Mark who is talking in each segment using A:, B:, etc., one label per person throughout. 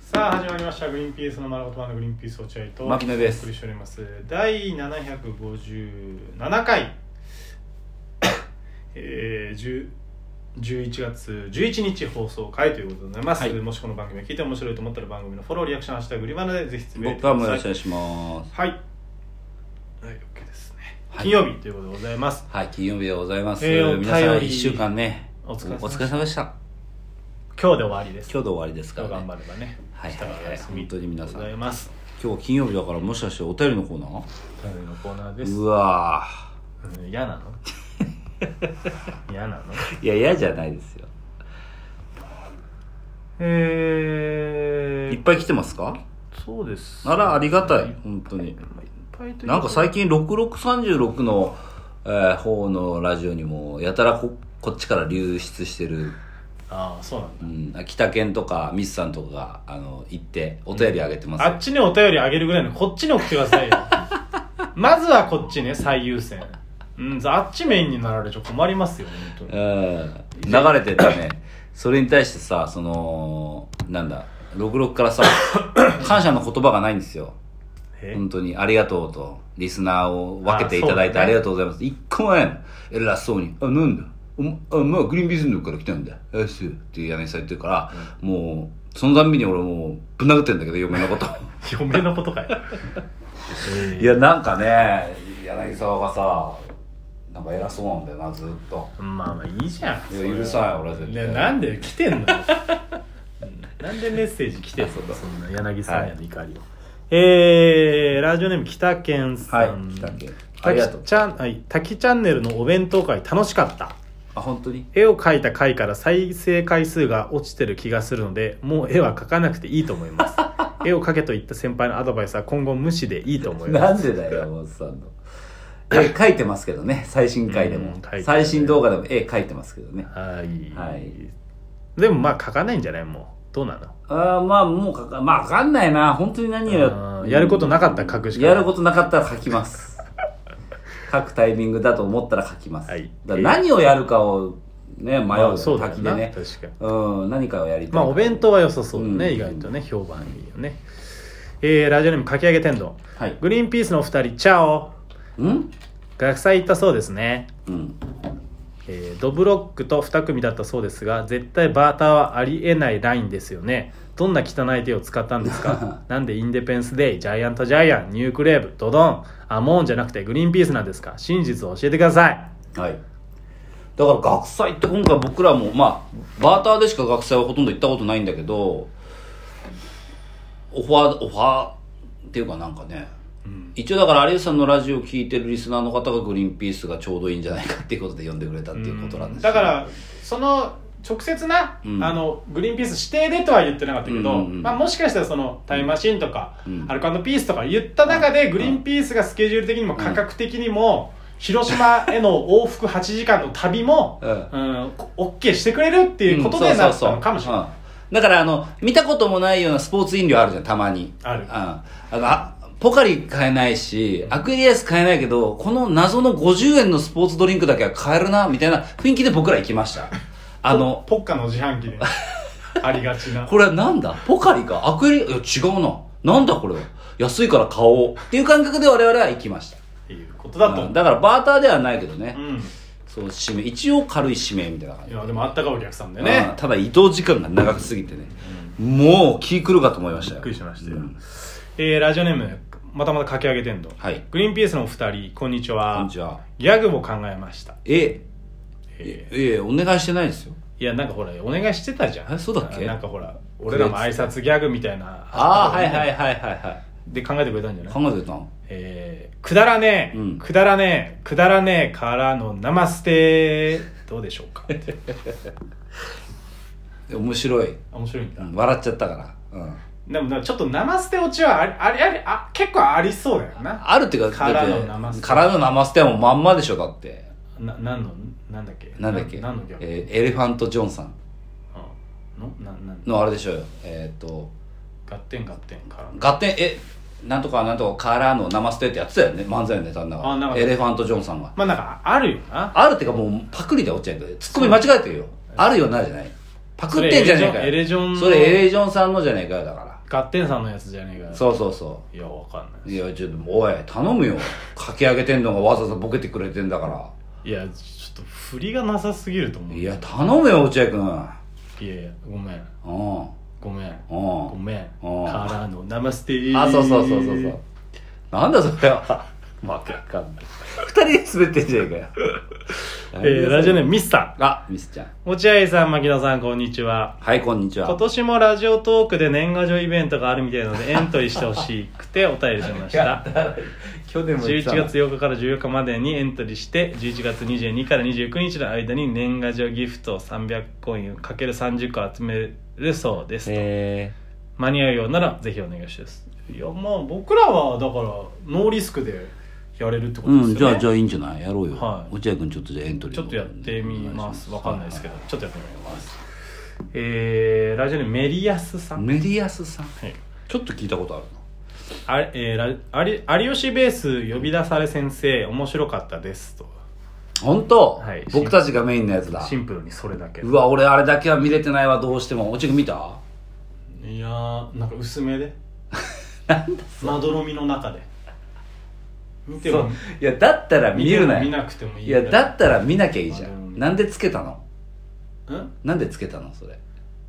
A: さあ始まりました「グリーンピースの丸ごと版のグリーンピース落合」と
B: 牧野で
A: お
B: す
A: 送りしております第757回 えー、10 11月11日放送回ということでございます、
B: はい
A: もしこの番組が聞いて面白いと思ったら番組のフォローリアクション「ハッシュタググリバナ」でぜひつぶやいて
B: 僕
A: ください
B: はもうよろしくお願いします
A: はいはい OK ですね、
B: はい
A: 金曜日ということでございます
B: はい金曜日でございます、
A: えーお便り
B: 皆さん1週間ね
A: お疲れ様でした
B: 様でした
A: 今日で終わりです
B: 今日で終わりですから、ね、
A: 頑張ればね
B: はい
A: 明日がお休み
B: 本当に皆さん
A: でございます
B: 今日金曜日だからもしかしてお便りのコーナ
A: お便りのコーナーで
B: ー
A: す
B: うわ
A: うん嫌 なの嫌なの
B: ーいや嫌じゃないですよ
A: え
B: いっぱい来てますか
A: そうです
B: あらありがた
A: いっ
B: い本当に
A: ぱいという
B: なんか最近6636の、えー方のラジオにもやたらここっちから流出してる、
A: ああそうなん
B: う
A: だ
B: ん、北県とかミスさんとかがあの行ってお便りあげてますよ、
A: あっちにお便りあげるぐらいのこっちに送ってくださ いよまずはこっちね最優先うんあっちメインになられちゃ困りますよ本当に
B: うん流れてたねそれに対してさそのなんだ66か らさ感謝の言葉がないんですよ
A: え
B: 本当にありがとうとリスナーを分けていただいて
A: あそうだ
B: あ
A: ね
B: りがとうございます、一個もないの偉そうに「あなんだお前あまあグリーンビズンドから来たんだあそう」っていう柳井さん言ってるから、もうそのたんびに俺もうぶん殴ってんだけど嫁の こと
A: 嫁のことか よえー
B: いやなんかね柳沢がさなんか偉そうなんだよなずっと
A: まあまあいいじゃん
B: いや許さんよ俺は絶対
A: ねなんで来てんのうんなんでメッセージ来てんのそんな柳さんへの怒りを、えー、ラジオネーム北健
B: は
A: さ
B: い
A: ん、
B: 来たっけあ
A: た
B: りがとう
A: きちゃん、はい、たきチャンネルのお弁当会楽しかった。
B: あ本当に
A: 絵を描いた回から再生回数が落ちてる気がするので、もう絵は描かなくていいと思い ます。絵を描けと言った先輩のアドバイスは今後無視でいいと思います。
B: なんでだよ、山本さんの。 絵書いてますけどね、最新回で
A: うん
B: も
A: 書いて。るね
B: 最新動画でも絵書いてますけどね。
A: はい。
B: はい
A: でもまあ描かないんじゃないもう。どうなの
B: あーまあ、もうかか、まあ、わかんないな。本当に何
A: あ
B: を
A: ーやることなかったら書くしかない
B: やることなかったら書き ます。書くタイミングだと思ったら書きます。
A: はい
B: だから何をやるかをね、迷う
A: ま
B: よ、
A: あそうだよ
B: 滝で
A: な
B: ね。
A: 確かに。
B: うん、何かをやりたい。
A: まあお弁当は良さそうだね、
B: うん
A: 意外とね、評判いいよね。えー、ラジオネームかき揚げ天丼。
B: はい。
A: グリーンピースのお二人、チャオ
B: うん
A: 学祭行ったそうですね。
B: うん。
A: えードブロックと2組だったそうですが絶対バーターはありえないラインですよねどんな汚い手を使ったんです かなんでインデペンスデイジャイアントジャイアンニュークレーブドドンアモーンじゃなくてグリーンピースなんですか真実を教えてください
B: はい。だから学祭って今回僕らも、まあ、バーターでしか学祭はほとんど行ったことないんだけど、オファー、オファーっていうかなんかね、一応だから有吉さんのラジオを聞いてるリスナーの方がグリーンピースがちょうどいいんじゃないかっていうことで呼んでくれたっていうことなんですよ
A: だからその直接な、
B: うん
A: あのグリーンピース指定でとは言ってなかったけど、
B: うんうんうん
A: まあ、もしかしたらそのタイムマシンとか、
B: うん
A: アルコピースとか言った中で、
B: うん
A: グリーンピースがスケジュール的にも価格的にも、広島への往復8時間の旅 も、
B: うん
A: うん、オッケーしてくれるっていうことでなったのかもしれない、
B: うんだからあの見たこともないようなスポーツ飲料あるじゃんたまに
A: ある
B: うん、あのあポカリ買えないしアクエリアス買えないけどこの謎の50円のスポーツドリンクだけは買えるなみたいな雰囲気で僕ら行き ましたあの
A: ポッカの自販 機でありがちな
B: これはなんだポカリかアクエリアいや違うななんだこれは安いから買おうっていう感覚で我々は行きました
A: っていうことだと
B: うんだからバーターではないけどね、
A: うん
B: そう締め一応軽い締めみたいな感じ
A: いやでもあったかいお客さんで
B: ね
A: ね、
B: ただ移動時間が長すぎてね、もう気狂うかと思いましたよ
A: びっくりしましたよ
B: うん
A: えーラジオネームまたまたかき上げてんの
B: はい
A: グリーンピースのお二人こんにちは
B: こんにちは
A: ギャグも考えました
B: え
A: え
B: ええお願いしてないですよ
A: ーいやなんかほらお願いしてたじゃん
B: えそうだっけ
A: あなんかほら俺らも挨拶ギャグみたいな
B: ああはいはいいはいはいは
A: で考えてくれたんじゃないい
B: 考えてたの
A: えーくだらねえ、
B: うん
A: くだらねえくだらねえからのナマステどうでしょうか
B: で面白い、
A: 面白いん
B: う
A: だ、
B: ん、笑っちゃったから、うん、
A: でもなちょっとナマステ落ちはありありありあ結構ありそうだよな
B: あるっていうか
A: からの
B: だ
A: 生
B: っ
A: 捨
B: て
A: て
B: からの生捨てはもうまんまでしょだって
A: な何のなんだっけ
B: なんだっけ
A: 何のギャグ、
B: えーエレファント・ジョンさん
A: うんのななん
B: のあれでしょうよえーっと
A: ガッテンガッテンからの
B: 合点えなんとかなんとかからの生捨てってやってたよね漫才のネタの
A: あなん
B: 中
A: か
B: でエレファント・ジョンさんが
A: まあなんかあるよな
B: あるってかもうパクリで落ちちゃうんだよ。ツッコミ間違えてるよ。あるよなじゃない。パクってんじゃねえか
A: そ
B: よ。
A: れエレジョンの
B: それエレジョンさんのじゃねえかよ、だから。
A: ガッテンさんのやつじゃねえかよ
B: そうそうそ
A: いやわかんな
B: ういやちょっとおい頼むよかき上げてんのがわざわざボケてくれてんだか
A: いいやちょっと振りがなさすぎると思
B: ら
A: う
B: い
A: い
B: や頼むよ落合君
A: いやいやごめん
B: うん
A: ごめん
B: うん
A: ごめん
B: うん
A: からのナマステー
B: あ、そうそうそうそうそう。なんだそれは。わけわかんない。二人で滑ってんじゃねえかよ。
A: えーラジオネームミスさん
B: あ、ミスちゃん。
A: 落合さん牧野さんこんにちは
B: はい、こんにち
A: 今
B: は。
A: 年もラジオトークで年賀状イベントがあるみたいなのでエントリーしてほしくてお便りしました
B: 去年
A: 11月8日から14日までにエントリーして11月22から29日の間に年賀状ギフト300コインかける30個集めるそうです、
B: え
A: 間に合うようならぜひお願いしますいやまあ僕らはだからノーリスクでやれるってこ
B: う
A: とですよね、
B: ん、じゃあ、じゃあいいんじゃないやろうよ。
A: はい
B: 落合君ちょっとじゃあエントリー
A: ちょっとやってみますわかんないですけど、
B: は
A: ちょっとやってみますえー、ラジオネームメリアスさん、
B: メリアスさん。
A: はい
B: ちょっと聞いたことある
A: あれえーラあり有吉ベース呼び出され先生面白かったですと
B: の。本当、
A: はい
B: 僕たちがメインのやつだ
A: シ。ンプルにそれだけ
B: うわ、俺あれだけは見れてないわ、どうしても。落合君見た
A: いやーなんか薄め でまどろみの中で見ても
B: いや、だったら見るなよ。
A: 見なくてもいい
B: い
A: ぐら
B: やだったら見なきゃいいじゃ
A: まあでも
B: んなんでつけたの
A: うん
B: なんでつけたのそれ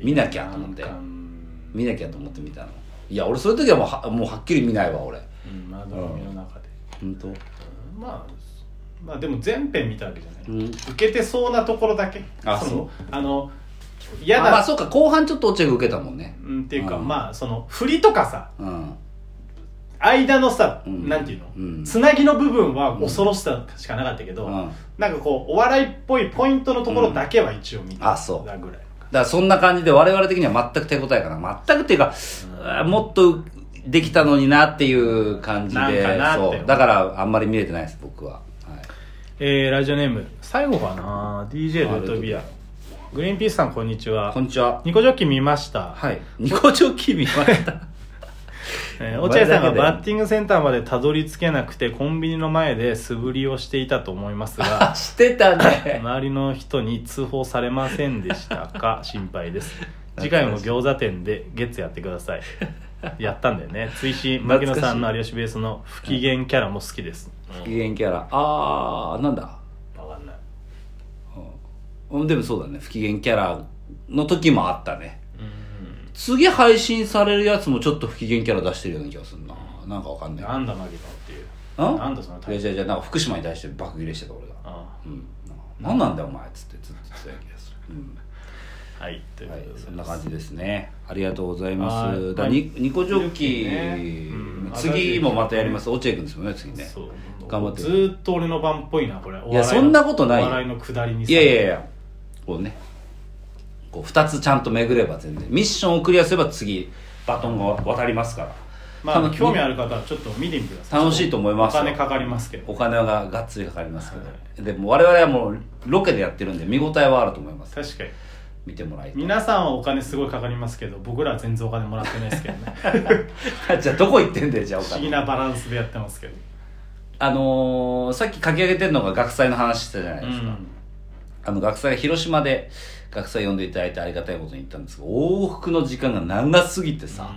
B: 見なきゃと思って
A: なんかうん
B: 見なきゃと思って見たのいや俺そういう時はもうはもうはっきり見ないわ俺
A: うんまどろみの中で、
B: 本当
A: うんまあまあでも全編見たわけじゃない、
B: うん
A: 受けてそうなところだけ
B: あ
A: そ
B: そう
A: のあの
B: い
A: 嫌
B: まあ
A: だ
B: そうか後半ちょっと落合が受けたもんね
A: うんっていうか、
B: うん
A: まあその振りとかさ
B: うん
A: 間のさ、
B: うん
A: なんていうの、
B: うん
A: つなぎの部分は恐ろしさしかなかったけど、
B: うんだか
A: なんかこうお笑いっぽいポイントのところだけは一応見
B: うん
A: た
B: あそう
A: ぐらいの感
B: らそんな感じで我々的には全く手応えかな全くっていうかあーもっとできたのになっていう感じ
A: なんか
B: で
A: なって
B: そうだからあんまり見れてないです僕は、はい、
A: えー、ラジオネーム最後かな DJ ルートビア
B: あルート
A: グリーンピースさんこんにちは
B: こんにちは
A: ニコジョッキ見ました、
B: はいニコジョッキ見ました
A: えー落合さん
B: お前だ
A: が
B: けで
A: バッティングセンターまでたどり着けなくてコンビニの前で素振りをしていたと思いますが
B: あしてた ね
A: 周りの人に通報されませんでしたか心配です次回も餃子店で月やってください やったんだよね追伸牧野さんの有吉ベースの不機嫌キャラも好きです、
B: 不機嫌キャラあーなんだ
A: 分かんない
B: うんでもそうだね不機嫌キャラの時もあったね
A: うん
B: 次配信されるやつもちょっと不機嫌キャラ出してるような気がするななんかわかんない
A: なんだマギノっていう
B: うん
A: なんだそのタ
B: いや
A: イプ
B: じゃじゃなんか福島に対して爆切れしてた俺が
A: あ
B: うんなんなんだよお前っつってずっと言ってたような気がする、うん
A: あはいというこ
B: は
A: と
B: い
A: でございます、
B: そんな感じですねありがとうございま
A: はい
B: すだにニコジョッキ
A: ねう
B: ー、
A: ん
B: 次もまたやります落合君ですもんね次ね
A: そう
B: 頑張って
A: ずーっと俺の番っぽいなこれ
B: いやそんなことないよ
A: お笑いの下りにさ
B: いやいやいやこうねこう2つちゃんと巡れば全然ミッションをクリアすれば次バトンが渡りますから
A: まああの
B: 多分
A: 興味ある方はちょっと見てみてください
B: 楽しいと思います
A: お
B: よ
A: 金かかりますけど
B: お金ががっつりかかりますけど、
A: は
B: でも我々はもうロケでやってるんで見応えはあると思います
A: 確かに
B: 見ても らい
A: 皆さんはお金すごいかかりますけど僕らは全然お金もらってないですけど ね
B: たいじゃあどこ行ってんだよじゃあお
A: 不思議
B: 金
A: なバランスでやってますけど
B: あのーさっき書き上げてるのが学祭の話してたじゃな
A: う
B: いですか、
A: ん
B: あの学祭が広島で学祭呼んでいただいてありがたいことに行ったんですけど往復の時間が長すぎてさ、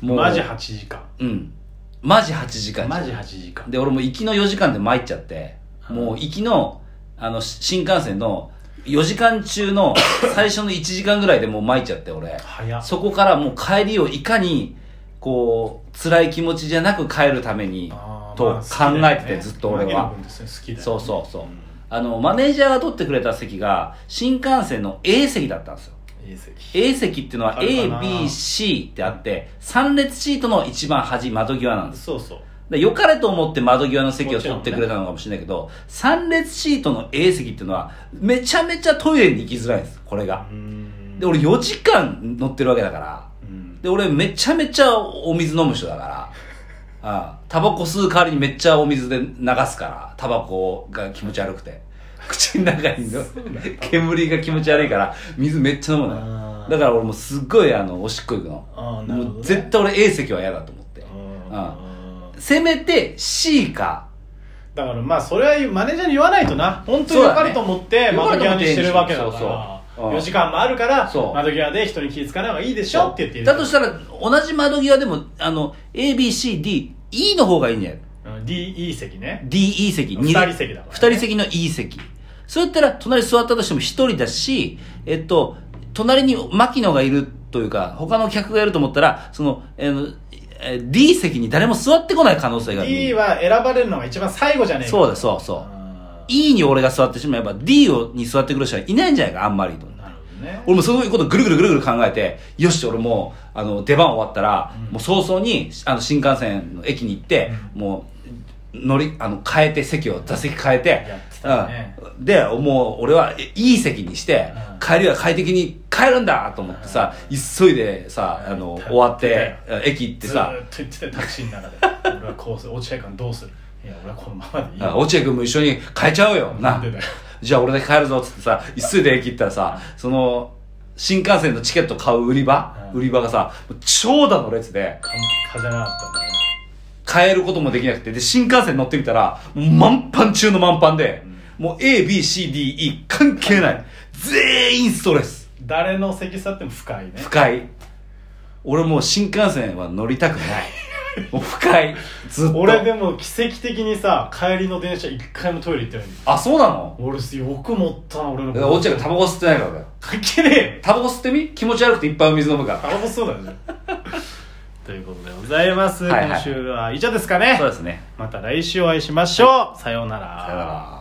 B: もう
A: マジ8時間
B: うんマジ8時間じゃん
A: マジ8時間
B: で、俺も行きの4時間で参っちゃって、
A: うん
B: もう行きの、あの、し新幹線の4時間 中の最初の1時間ぐらいでもう参っちゃって、俺。
A: 早っ
B: そこからもう帰りをいかに、こう、辛い気持ちじゃなく帰るために、
A: あー
B: と
A: まあ好きだよね
B: 考えててずっと俺は
A: マギの分ですね好きだよね
B: そうそうそうんあの、マネージャーが取ってくれた席が、新幹線の A 席だったんですよ。
A: いい席
B: A 席っていうのは
A: あるか
B: A、
A: な
B: B、C ってあって、3列シートの一番端、窓際なんです
A: そうそう
B: で良かれと思って窓際の席を取ってくれたのかもしれないけど、3列シートの A 席っていうのは、めちゃめちゃトイレに行きづらいんです、これが。
A: うん
B: で、俺4時間乗ってるわけだから。
A: うん
B: で、俺めちゃめちゃお水飲む人だから。ああタバコ吸う代わりにめっちゃお水で流すから、タバコが気持ち悪くて。口の中 にの煙が気持ち悪いから、水めっちゃ飲むのよ。
A: あー
B: だから俺もうすっごいあの、おしっこ行くの。
A: あーなるほどね
B: もう絶対俺 A 席は嫌だと思って。
A: うん
B: せめて C か、
A: だからまあそれはマネージャーに言わないとな本当に良かれと思って
B: そうだね
A: 窓際にしてるわけだから
B: 良かれと思ってうん
A: 4時間もあるから
B: そう
A: 窓際で人に気ぃつかない方がいいでしょって言っている
B: だとしたら同じ窓際でもあの ABCDE の方がいいんじゃない
A: うん DE 席ね
B: DE 席
A: 二人席だからね
B: 2人席の E 席そうやったら隣座ったとしても1人だしえっと隣に牧野がいるというか他の客がいると思ったらその、えーえー D 席に誰も座ってこない可能性がある
A: D は選ばれるのが一番最後じゃねえか
B: そうだそうそう
A: あ
B: E に俺が座ってしまえば D をに座ってくる人はいないんじゃないかあんまりと
A: ーなるほどね
B: 俺もそういうことぐるぐるぐるぐる考えてよし俺もうあの出番終わったら、もう早々にあの新幹線の駅に行って、もう乗りあの変えて席を座席変えて
A: やってたね
B: うん、でもう俺はいいい席にして、
A: うん
B: 帰りは快適に帰るんだと思ってさ、急いでさあの
A: うん
B: 終わって、駅行って
A: ずー
B: さ
A: っと言ってたよタクシーの中で 俺はこうする落合君どうするいや俺はこのままでいい
B: あ落合君も一緒に変えちゃおうよ
A: な
B: なん
A: でだよ
B: じゃあ俺だけ帰るぞっつってさ急いで駅行ったらさその新幹線のチケット買う売り場、
A: うん
B: 売り場がさもう長蛇の列で
A: 関係かじゃなかったんだね
B: 変えることもできなくてで新幹線乗ってみたらもう満帆中の満帆で、もう ABCDE 関係ない全員ストレス
A: 誰の席差っても深いね
B: 不快俺もう新幹線は乗りたくないもう不快ずっと
A: 俺でも奇跡的にさ帰りの電車一回もトイレ行ってないんだよ
B: あそうなの
A: 俺よく持ったな俺の
B: だから落合がタバコ吸ってないからだよ
A: 関係ねえよ
B: タバコ吸ってみ気持ち悪くていっぱいお水飲むから
A: タバコ吸うだよね ということでございます、
B: はいは
A: 今
B: い
A: 週は以上ですかね
B: そうですね
A: また来週お会いしましょう、さようなら
B: さよなら